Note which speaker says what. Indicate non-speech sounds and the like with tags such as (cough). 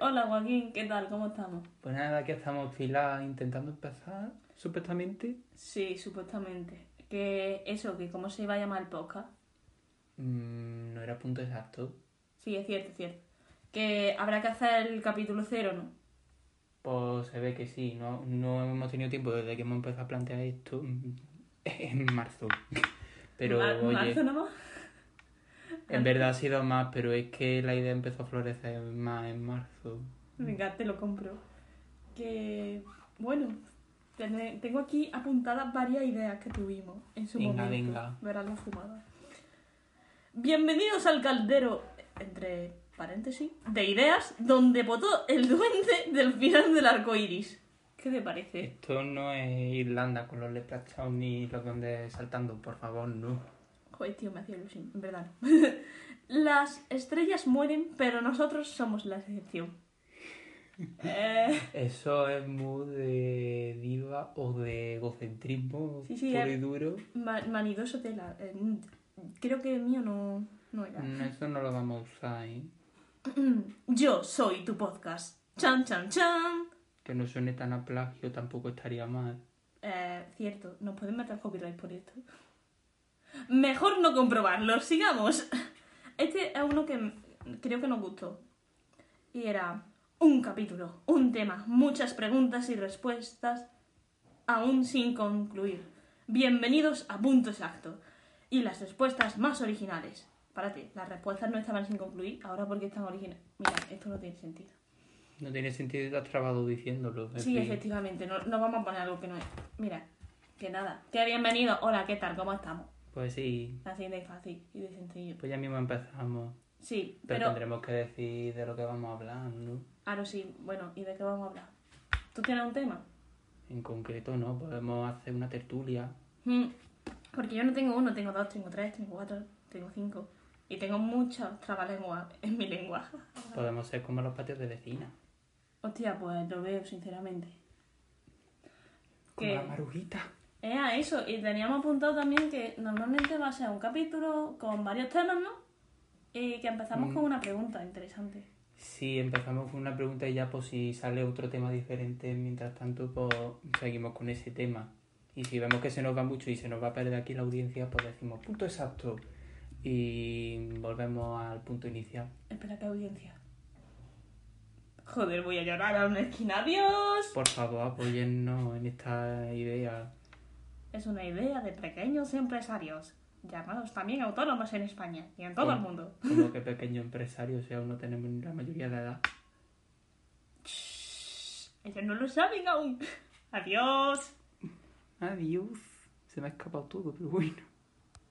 Speaker 1: Hola Joaquín, ¿qué tal? ¿Cómo estamos?
Speaker 2: Pues nada, aquí estamos Pilar intentando empezar, supuestamente.
Speaker 1: Sí, supuestamente. Que eso, que cómo se iba a llamar el podcast.
Speaker 2: Mm, no era punto exacto.
Speaker 1: Sí, es cierto, es cierto. Que habrá que hacer el capítulo cero, ¿no?
Speaker 2: Pues se ve que sí, no, no hemos tenido tiempo desde que hemos empezado a plantear esto mm, (laughs) en marzo. (laughs) Pero
Speaker 1: Mar-
Speaker 2: oye,
Speaker 1: ¿Marzo nomás?
Speaker 2: en verdad ha sido más, pero es que la idea empezó a florecer más en marzo.
Speaker 1: Venga, te lo compro. Que, bueno, ten- tengo aquí apuntadas varias ideas que tuvimos en su
Speaker 2: Venga,
Speaker 1: momento.
Speaker 2: venga.
Speaker 1: Verás la fumada. Bienvenidos al caldero, entre paréntesis, de ideas, donde votó el duende del final del arco iris. ¿Qué te parece?
Speaker 2: Esto no es Irlanda con los leprechauns ni los donde saltando, por favor, no.
Speaker 1: Joder, tío, me hacía ilusión, en verdad. (laughs) no. las estrellas mueren, pero nosotros somos la excepción. Eh,
Speaker 2: Eso es muy de diva o de egocentrismo
Speaker 1: Sí, sí,
Speaker 2: puro
Speaker 1: es-
Speaker 2: y duro.
Speaker 1: Ma- Manidoso Tela. eh, n- creo que el mío no, no era.
Speaker 2: Mm, Eso no lo vamos a usar, ¿eh?
Speaker 1: (clears throat) Yo soy tu podcast. Chan, chan, chan.
Speaker 2: Que no suene tan a plagio tampoco estaría mal.
Speaker 1: Eh, cierto, nos pueden meter copyright por esto. Mejor no comprobarlo, sigamos. Este es uno que m- creo que nos gustó. Y era un capítulo, un tema, muchas preguntas y respuestas aún sin concluir. Bienvenidos a Punto Exacto. Y las respuestas más originales. Párate, las respuestas no estaban sin concluir, ahora porque están originales. Mira, esto no tiene sentido.
Speaker 2: No tiene sentido estar trabado diciéndolo. en
Speaker 1: Sí,
Speaker 2: fin.
Speaker 1: efectivamente, no, no vamos a poner algo que no es. Mira, que nada. Que bienvenido. Hola, ¿qué tal? ¿Cómo estamos?
Speaker 2: Pues sí,
Speaker 1: Así de fácil y de sencillo.
Speaker 2: pues ya mismo empezamos.
Speaker 1: Sí,
Speaker 2: Pero,
Speaker 1: pero.
Speaker 2: tendremos que decir de lo que vamos a hablar, ¿no?
Speaker 1: Ahora sí, bueno, ¿y de qué vamos a hablar? ¿Tú tienes un tema?
Speaker 2: En concreto, ¿no? Podemos hacer una tertulia.
Speaker 1: Mm, Porque yo no tengo uno, tengo dos, tengo tres, tengo cuatro, tengo cinco. Y tengo muchos trabalenguas en mi lengua. (laughs)
Speaker 2: Podemos ser como los patios de vecinas.
Speaker 1: Hostia, pues lo veo, sinceramente.
Speaker 2: Como
Speaker 1: ¿Qué?
Speaker 2: la marujita.
Speaker 1: Era eso, y teníamos apuntado también que normalmente va a ser un capítulo con varios temas, ¿no? Y que empezamos
Speaker 2: Mm.
Speaker 1: con una pregunta interesante.
Speaker 2: Sí, empezamos con una pregunta y ya, pues si sale otro tema diferente, mientras tanto, pues seguimos con ese tema. Y si vemos que se nos va mucho y se nos va a perder aquí la audiencia, pues decimos punto exacto y volvemos al punto inicial.
Speaker 1: Espera, ¿qué audiencia? Joder, voy a llorar a una esquina, adiós.
Speaker 2: Por favor, apóyennos en esta idea.
Speaker 1: Es una idea de pequeños empresarios, llamados también autónomos en España y en todo
Speaker 2: Sí.
Speaker 1: el mundo.
Speaker 2: Como que pequeño empresario, o sea, aún no tenemos la mayoría de edad.
Speaker 1: Ellos no lo saben aún. Adiós.
Speaker 2: Adiós. Se me ha escapado todo, pero bueno.